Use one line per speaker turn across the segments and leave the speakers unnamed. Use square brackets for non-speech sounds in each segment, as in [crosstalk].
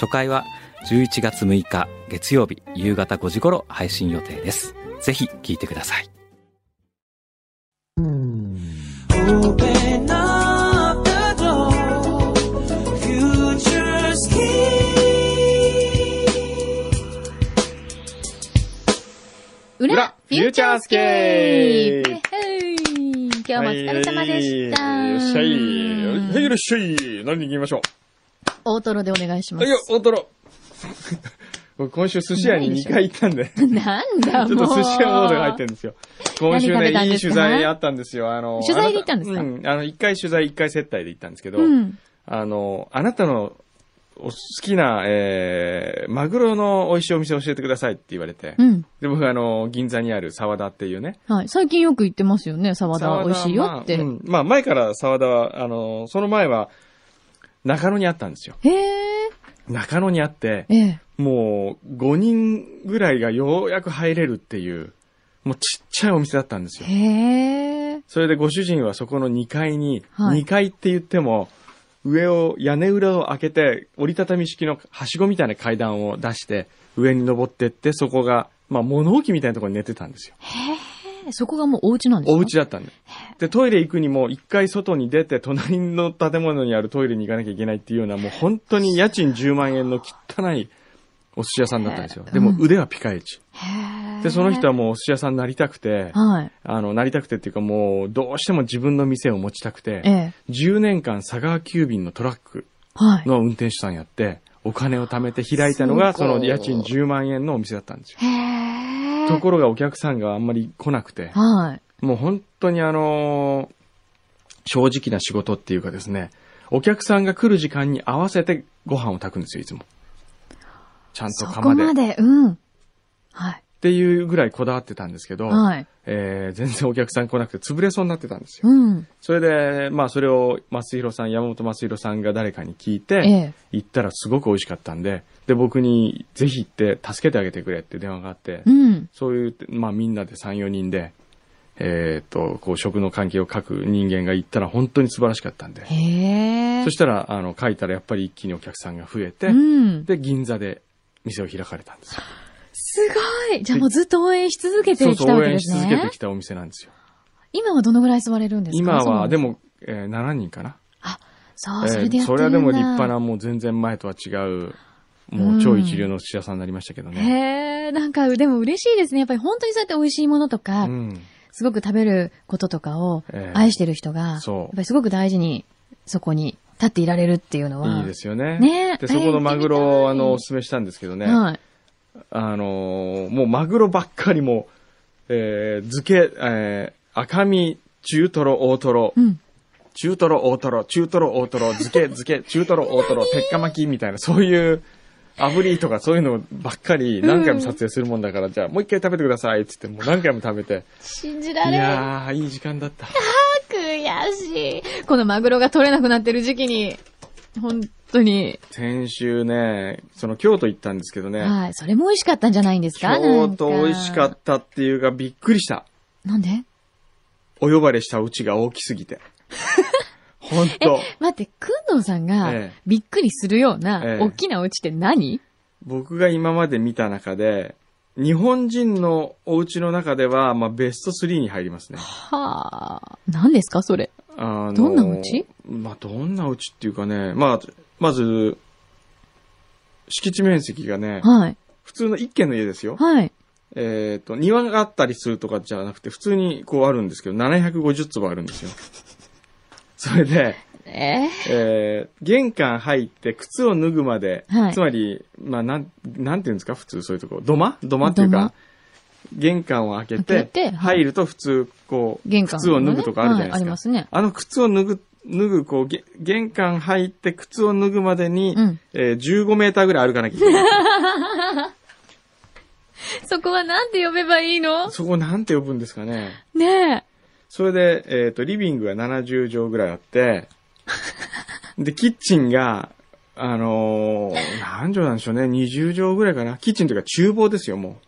初回は11月6日月曜日夕方5時頃配信予定ですぜひ聞いてください
Open up the door. Future's key.
裏
裏
フューチャースケープ
フュー
イェイ今日もお疲れ様でした。
はいよっしゃい。はい、よっしゃい。何に行きましょ
大トロでお願いし
う。
ま
はいよ、
す。
大トロ。 [laughs] 僕今週寿司屋に2回行っ
[laughs]
たんで、ち
なんだ
ょっ
もう。
と寿司屋モードが入ってるんですよ。今週
何食べ
ね、
たん
い
で
い
すか
取材あったんですよ。あの、
取材で行ったんですか
あなうん、あの、1回取材、1回接待で行ったんですけど、
うん。
あの、あなたのお好きな、えー、マグロの美味しいお店教えてくださいって言われて、
うん。
で、僕あの、銀座にある沢田っていうね、
はい。最近よく言ってますよね、沢
沢
田
田
美味しいよって。
まあ、うんまあ前から沢田は、あの、その前は、中野にあったんですよ。
へえ。
中野にあって、
ええ。
もう5人ぐらいがようやく入れるっていう、もうちっちゃいお店だったんですよ。
へえ。
それでご主人はそこの2階に、
はい
2階って言っても、上を、屋根裏を開けて、折りたたみ式のはしごみたいな階段を出して、上に登ってって、そこが、まあ物置みたいなところに寝てたんですよ。
そこがもうお家なんですか
お家だったんで。で、トイレ行くにも、一回外に出て、隣の建物にあるトイレに行かなきゃいけないっていうような、もう本当に家賃10万円の汚いお寿司屋さんだったんですよ。でも腕はピカイチ。
へえ
で、その人はもうお寿司屋さんになりたくて、
はい。
あの、なりたくてっていうかもう、どうしても自分の店を持ちたく
え
て、
え。
10年間佐川急便のトラック
はい。
の運転手さんやって、お金を貯めて開いたのが、
す
そ
ごい
の家賃10万円のお店だったんですよ。
へえ。
ところがお客さんがあんまり来なくて、
はい。
もう本当にあのー正直な仕事っていうかですね、お客さんが来る時間に合わせてご飯を炊くんですよ、いつも。ちゃんと
そこ
釜で。
ま
っ
で、うん。はい。
ていうぐらいこだわってたんですけど、
はい。
えー全然お客さん来なくて潰れそうになってたんですよ。
うん。
それで、まあそれを松弘さん、山本松弘さんが誰かに聞い
え
て、
え。
行ったらすごく美味しかったんで、で、僕にぜひ行って助けてあげてくれって電話があって、
うん。
そういう、まあみんなで3、4人で、えーっと、こう食の関係を書く人間が行ったら本当に素晴らしかったんで。
へえ。
そしたら、あの、書いたらやっぱり一気にお客さんが増えて、
うん。
で、銀座で店を開かれたんですよ。
すごいじゃあもうずっと応援し続けて
そう
き
そ
た
う、
わ
応
け
援
で
し
す
続
ね。
けてきたお店なんですよ。
今はどのぐらい座れるんですか
今は、で
も。
も、えー7人かな。
そう、
え
それで
ー
やって
そ
るん
れ
だ。
はでも立派な、もう全然前とは違う、もう超一流の寿司屋さんになりましたけどね。
へえ、なんか、でも嬉しいですね。やっぱり本当にそうやって美味しいものとか、
うん。
すごく食べることとかを
ええ
愛してる人が、
そう
やっぱりすごく大事に、そこに立っていられるっていうのは。
いいですよね。
ね
で、そこのマグロを、あの、お
ね
すすめしたんですけどね。
はい。
あのーもうマグロばっかりも、えー、漬け、えー、赤身、中トロ、大トロ
う、ん。
中トロ、大トロ、中トロ、大トロ、漬け、漬け、中トロ、大トロ、鉄火巻きみたいな、そういう、炙りとかそういうのばっかり何回も撮影するもんだから、じゃあもう一回食べてくださいって言って、もう何回も食べて、
信じ
い
られん。
やー、いい時間だった。
悔しい。このマグロが取れなくなってる時期に、本当に。
先週ね、その京都行ったんですけどね、
はい。それも美味しかったんじゃないんですか
京都美味しか
た
っ。たっていうかびっくりした。
なんで
お呼ばれしたうちが大きす
[laughs]
ぎて。ほんと。
待って、くんどうさんが
ええ
びっくりするような
ええ
大きなお家って何、
僕が今まで見た中で、日本人のお家の中では、まあ、ベスト3に入りますね。
はあ、何ですかそれ。
あ
[gasps]
の
どんなお家
まあ、どんなお家っていうかね、まあ、まず、敷地面積がね、
はい。
普通の一軒の家ですよ。
はい。
えっ、と、庭があったりするとかじゃなくて、普通にこうあるんですけど、750坪あるんですよ。それで、
ええ
えー玄関入って靴を脱ぐまで、
はい
つまり、まあ、なん、なんていうんですか、普通そういうとこ。土間土間っていう
土
か
間、
玄関を開けて、
開けてはい
入ると普通、こう、
玄関、
靴を脱ぐとかあるじゃないですか。
はいありますね。
あの靴を脱ぐ脱ぐ、こう、げ玄関入って靴を脱ぐまでに、
うん
えー15メーターぐらい歩かなきゃいけない。
[laughs] そこはなんて呼べばいいの
そこなんて呼ぶんですかね。
ねえ。
それで、えっ、と、リビングが70畳ぐらいあ
[laughs]
って、で、キッチンが、あのー何畳なんでしょうね。20畳ぐらいかな。キッチンというか厨房ですよ、も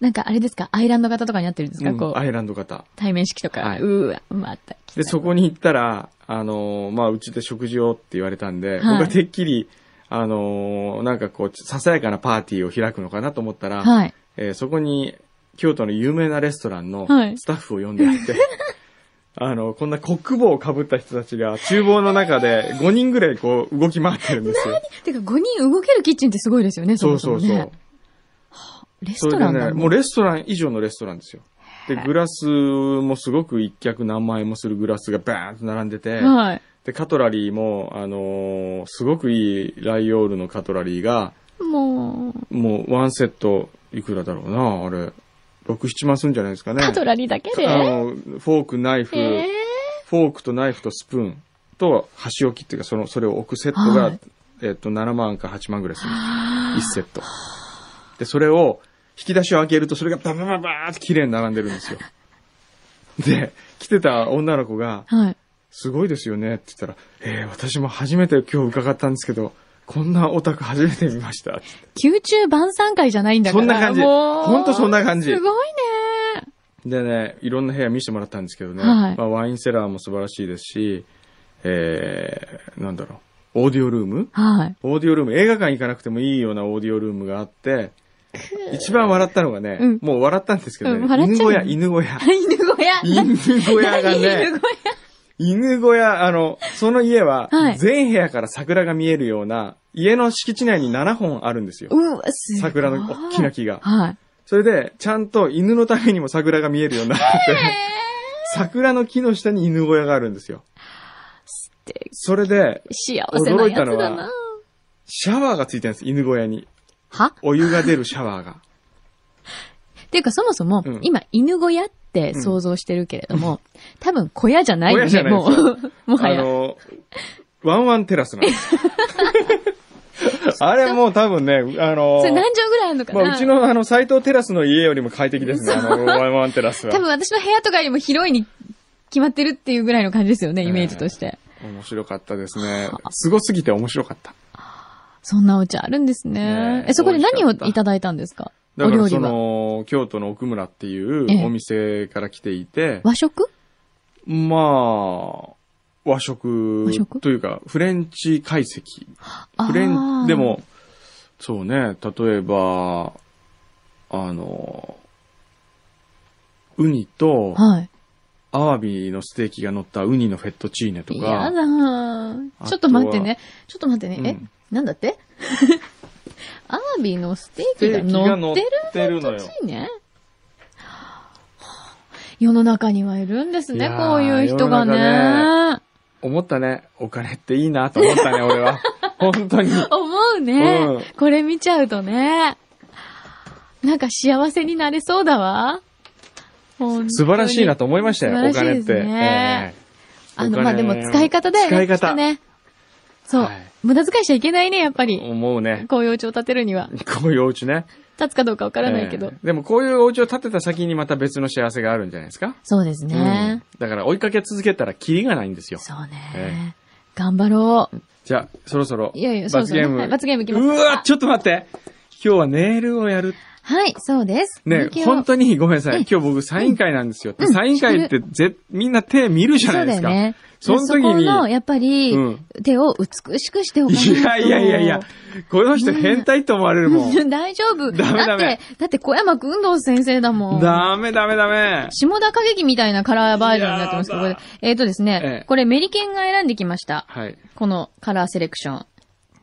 なんかあれですかアイランド型とかになってるんです
う。
か、
うん
こ
ア
う、
イランド型。
対面式とか。
はいう
ーわ、また。
で、そこに行ったら、あのーまあ、うちで食事をって言われたんで、
い
僕はてっきり、あのーなんかこう、ささやかなパーティーを開くのかなと思ったら、
はい。
えーそこに、京都の有名なレストランの
はい
スタッフを呼んであ
[laughs]
って、あの、こんなコック帽をかぶった人たちが、厨房の中で5人ぐらいこう、動き回ってるんですよ。
てか5人動けるキッチンってすごいですよね、そ
そ
もそ
うそ
も
う
ね。
そう。
レス
そ
トラ
れで
ン
ね、
だ
もう
もん
レストラン以上のレストランですよ。で、グラスもすごく一脚何万円もするグラスがバーンと並んでて、
はい。
で、カトラリーも、あのーすごくいいライオールのカトラリーが、
もう、
もうワンセットいくらだろうな、あれ。6、7万するんじゃないですかね。
カトラリーだけで
あの、フォーク、ナイフ、
え
フォークとナイフとスプーンと箸置きっていうか、その、それを置くセットが、
はい
えっと、7万か8万ぐらいするんですよ。1セット。で、それを、引き出しを開けると、それがババババーって綺麗に並んでるんですよ。で、来てた女の子が、
ー、はい。
すごいですよねって言ったら、えー、私も初めて今日伺ったんですけど、こんなオタク初めて見ました。
宮中晩餐会じゃないんだから。
そんな感じ
もう
ほんとそんな感じ
すごいね。
でね、いろんな部屋見せてもらったんですけどね、
はい
まあ、ワインセラーも素晴らしいですし、えー、なんだろう、オーディオルーム
はい。
オーディオルーム、映画館行かなくてもいいようなオーディオルームがあ
[laughs]
って、一番笑ったのがね、
うん
もう笑ったんですけどね、
うん笑っ
犬
ちゃう
小
よ
屋、犬小屋。
[laughs] 犬小屋。
犬小屋がね
[laughs] 犬、小
犬小屋、あの、その家は
はい、
全部屋から桜が見えるような、家の敷地内に7本あるんですよ。
屋。うわ、すごい。
桜の大きな木が。
はい。
それで、ちゃんと犬のためにも桜が見えるようになってて、桜の木の下に犬小屋があるんですよ。それで、
幸せなやつ
驚いた
だ
のは
な。
シャワーがついてるんです、犬小屋に。
は
お湯が出るシャワーが。
っていうかそもそも、
うん
今、犬小屋って想像してるけれども、多分小屋じゃないよね、
小屋じゃない
も
ですよ
う。 [laughs] [laughs] もは
あ
や。
の、ワンワンテラスな
[laughs]
んです。あれもう多分ね、あの
それ、何畳ぐらいあるのか
ま
な、
あ、うちのあの、斎藤テラスの家よりも快適ですね、
[laughs]
あの、ワンワンテラスは
多。分私の部屋とかよりも広いに決まってるっていうぐらいの感じですよね、イメージとして。
面白かったですね。すごすぎて面白かった。
そんなお茶あるんですね
ね。え
え、そこで何
美
を
味しかった
いただいたんですか
だ
お
か
料
ら
理
そ
は。
の、京都の奥村っていう
ええ
お店から来ていて、
和食
まあ、和食
和食
というか、フレンチ懐石。フレ
あ
ン、
ー
でも、そうね、例えば、あの、ウニと、
はい。
アワビのステーキが乗ったウニのフェットチーネと
い
か
や、だー
あとは
ちょっと待ってね。ちょっと待ってね。
うん
え、なんだって [laughs] アワビのステー
ス
キ
テ
が
ーキが乗
乗
っ
ってる
てるのよ。
いいね。世の中にはいるんです
い
ね、
やー
こういう人が
世の
ね。
思ったね。お金っていいなと思ったね、 [laughs] 俺は。本当に。
思うね、
うん
これ見ちゃうとね。なんか幸せになれそうだわ。
素晴らしいなと思いましたよ、
素晴ら
お
し
金
いで
っ
す
て。
ね
ええ
あの、
お金
まあ、でも使い方だよね。
使い
きっと
方。
ね。そう、
はい
無駄遣いしちゃいけないね、やっぱり。
思うね。
こういうお家を建てるには。
こういうお家ね。
立つかどうかわからないけど。
ええでもこういうお家を建てた先にまた別の幸せがあるんじゃないですか。
そうですね。
うんだから追いかけ続けたらキリがないんですよ。
そうね、
え
頑張ろう。
じゃあ、そろそろ。
いやいやそう
罰
そう
ゲーム。
はい罰ゲームいきます
うわ、ちょっと待って。今日はネイルをやる。
はい、そうです。
ね
人、気を
本当にごめんなさい。
ええ
今日僕サイン会なんですよ。
うん
サイン会ってぜ、みんな手見るじゃないですか。
そうだよね。
その時に
そこの、やっぱり、
うん
手を美しくしておかないと。
いやいやいやいや、この人変態と思われるもん。
大丈夫。
ダメダメ
だって、だって小山くんどう先生だもん。
ダメダメダメ。
下田歌劇みたいなカラーバージョンになってますけど、こ
や
れ
だ
えっ、とですね、
ええ
これメリケンが選んできました。
はい。
このカラーセレクション。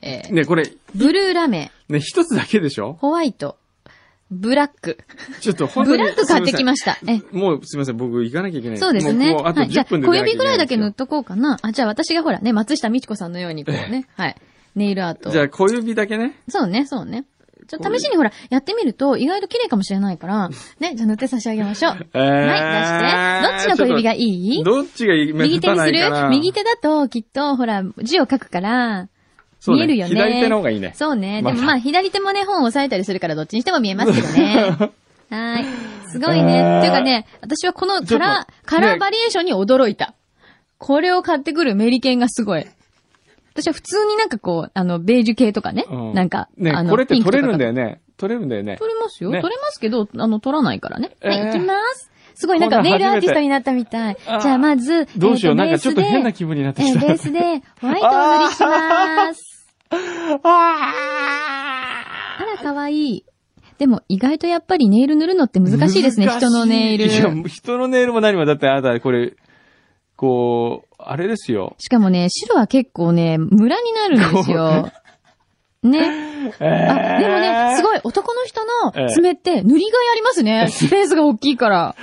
えー
ね、これ、
ブルーラメ、
ね、一つだけでしょ
ホワイト、ブラック。
ちょっと本当
ブ
に。
ラック買ってきま
し
した。え
たもうすみません、僕行かなきゃいけない。
そうですね。
もうもうあと
はい。じゃあ、
10分で
小指ぐらいだけ塗っ
の
とこうかな。あ、じゃあ私がほらね、松下みちこさんのようにこうね、はい。ネイルアートを。
じゃあ小指だけね。
そうね、そうね。ちょっと試しにほら、やってみると、意外と綺麗かもしれない
[laughs]
から、ね、じゃあ塗って差し上げましょう。はい、
え
出して。どっちの小指がいい
どっちがいい目
右
立
手
た
に
な
す
いかな
る右手だと、きっと、ほら、字を書くから、
そうね
見えるよね
左手の方がいいね。
そうね。で
また
もまあ、左手もね、本を押さえたりするから、どっちにしても見えますけど
[laughs]
ね。はーい。すごいね。っていうかね、私はこのカラー、カラーバリエーションに驚いた。これを買ってくるメリケンがすごい。私は普通になんかこう、あの、ベージュ系とかね。
う
なんか、
ね
あ、の、
これって
ピンクと
取れ
か
るんだよね。取れるんだよね。
取れますよ。
ね
取れますけど、あの、取らないからね。は
えー
い、行きます。すごい、なんか
こんな
メ
の
ールアーティストになったみたい。じゃあまず、
どうしよ
え
う、
ー
なん
ベー
かちょ
ス
っ
で
と変な気分になって
え
き
ー
た。
ベ
[laughs]
ースで、ホワイトをお塗りします。あら、かわいい。でも、意外とやっぱりネイル塗るのって難しいですね、
難しい
人のネイル。
いや、もう人のネイルも何も、だってあなた、これ、こう、あれですよ。
しかもね、白は結構ね、ムラになるんですよ。ね。
え
あ、でもね、す
い。
ごい、男の人
え
の
え
爪って塗りがいあります
[laughs]
ね。スペースが大きいから。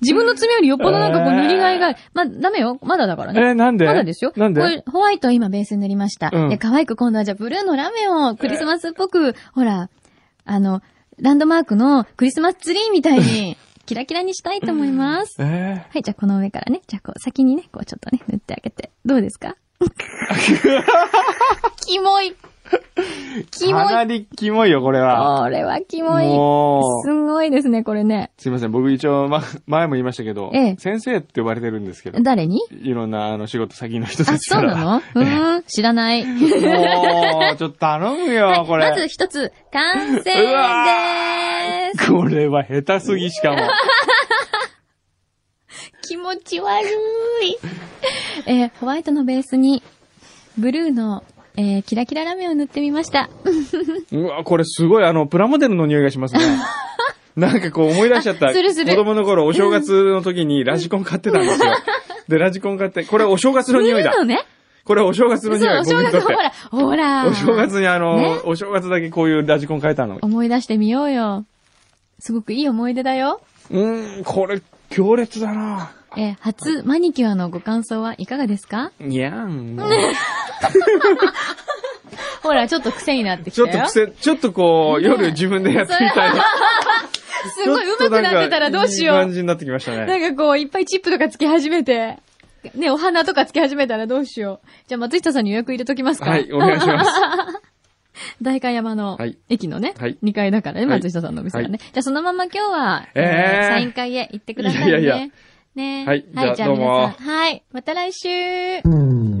自分の爪よりよっぽどなんかこう
え [laughs] え
塗りがいがある。まあ、ダメよ。まだだからね。
えー、なんで
まだですよ。
なんで
これホワイトを今ベースに塗りました。
うん
で、可愛く今度はじゃあブルーのラメをクリスマスっぽく、ほら、あの、ランドマークのクリスマスツリーみたいに、キラキラにしたいと思います。
えー
はい、じゃあこの上からね、じゃあこう先にね、こうちょっとね、塗ってあげて。どうです
[laughs]
か [laughs] キモい。キモ。
かないりキモいよ、これは。
これはキモい。
もう
す、ごいですね、これね。
すいません、僕一応、ま、前も言いましたけど、
ええ
先生って呼ばれてるんですけど、
誰に
いろんな、あの、仕事先の人
あ
た、ち
そ
か
う
ら。
なのうーん、知ら
[laughs]
ない。
もう、ちょっと頼むよ、
はい
これ。
まず一つ、完成で
うわ
ーす。
これは下手すぎしかも。
気持ち悪い。 [laughs] えーホワイトのベースに、ブルーの、えーキラキララメを塗ってみました。
うわ、これすごい、あの、プラモデルの匂いがし
[laughs]
ますね。なんかこう思い出しちゃった。
あするする
子供の頃、お正月の時にラジコン買ってたんですよ。で、ラジコン買って、これお正月の匂いだ
塗。るのね。
これお正月
そ
の
う、
匂い、
お正
僕にと
月、
って
ほ。ら、ほら。
お正月にあの、
ね
お正月だけこういうラジコン買えたの。
思い出してみようよ。すごくいい思い出だよ。
うーん、これ強烈だな。
えー初マニキュアのご感想はいかがですか
にゃん。
ほら、ちょっと癖になってき
ち
た
ょ
よ。
っと癖、ちょっとこう、
ね
夜自分でやって
[laughs]
みたいな。
すごい上手くなってたらどうしよ
ちょっとなんかいい感
う。
じになってきました
な
ね。
んかこう、いっぱいチップとかつけ始めて。ね、お花とかつけ始めたらどうしよう。じゃあ、松下さんに予約入れときますか。
はい、お願いします。
代官山の
はい
駅のね、
はい
2階だからね、
はい
松下さんのお店が
は
ね。じゃあそのまま今日は、
えー
えーサイン会へ行ってくださいね。
いやいやいや
ね
はいじゃあ
じゃあ皆さん。はい、また来週。
うん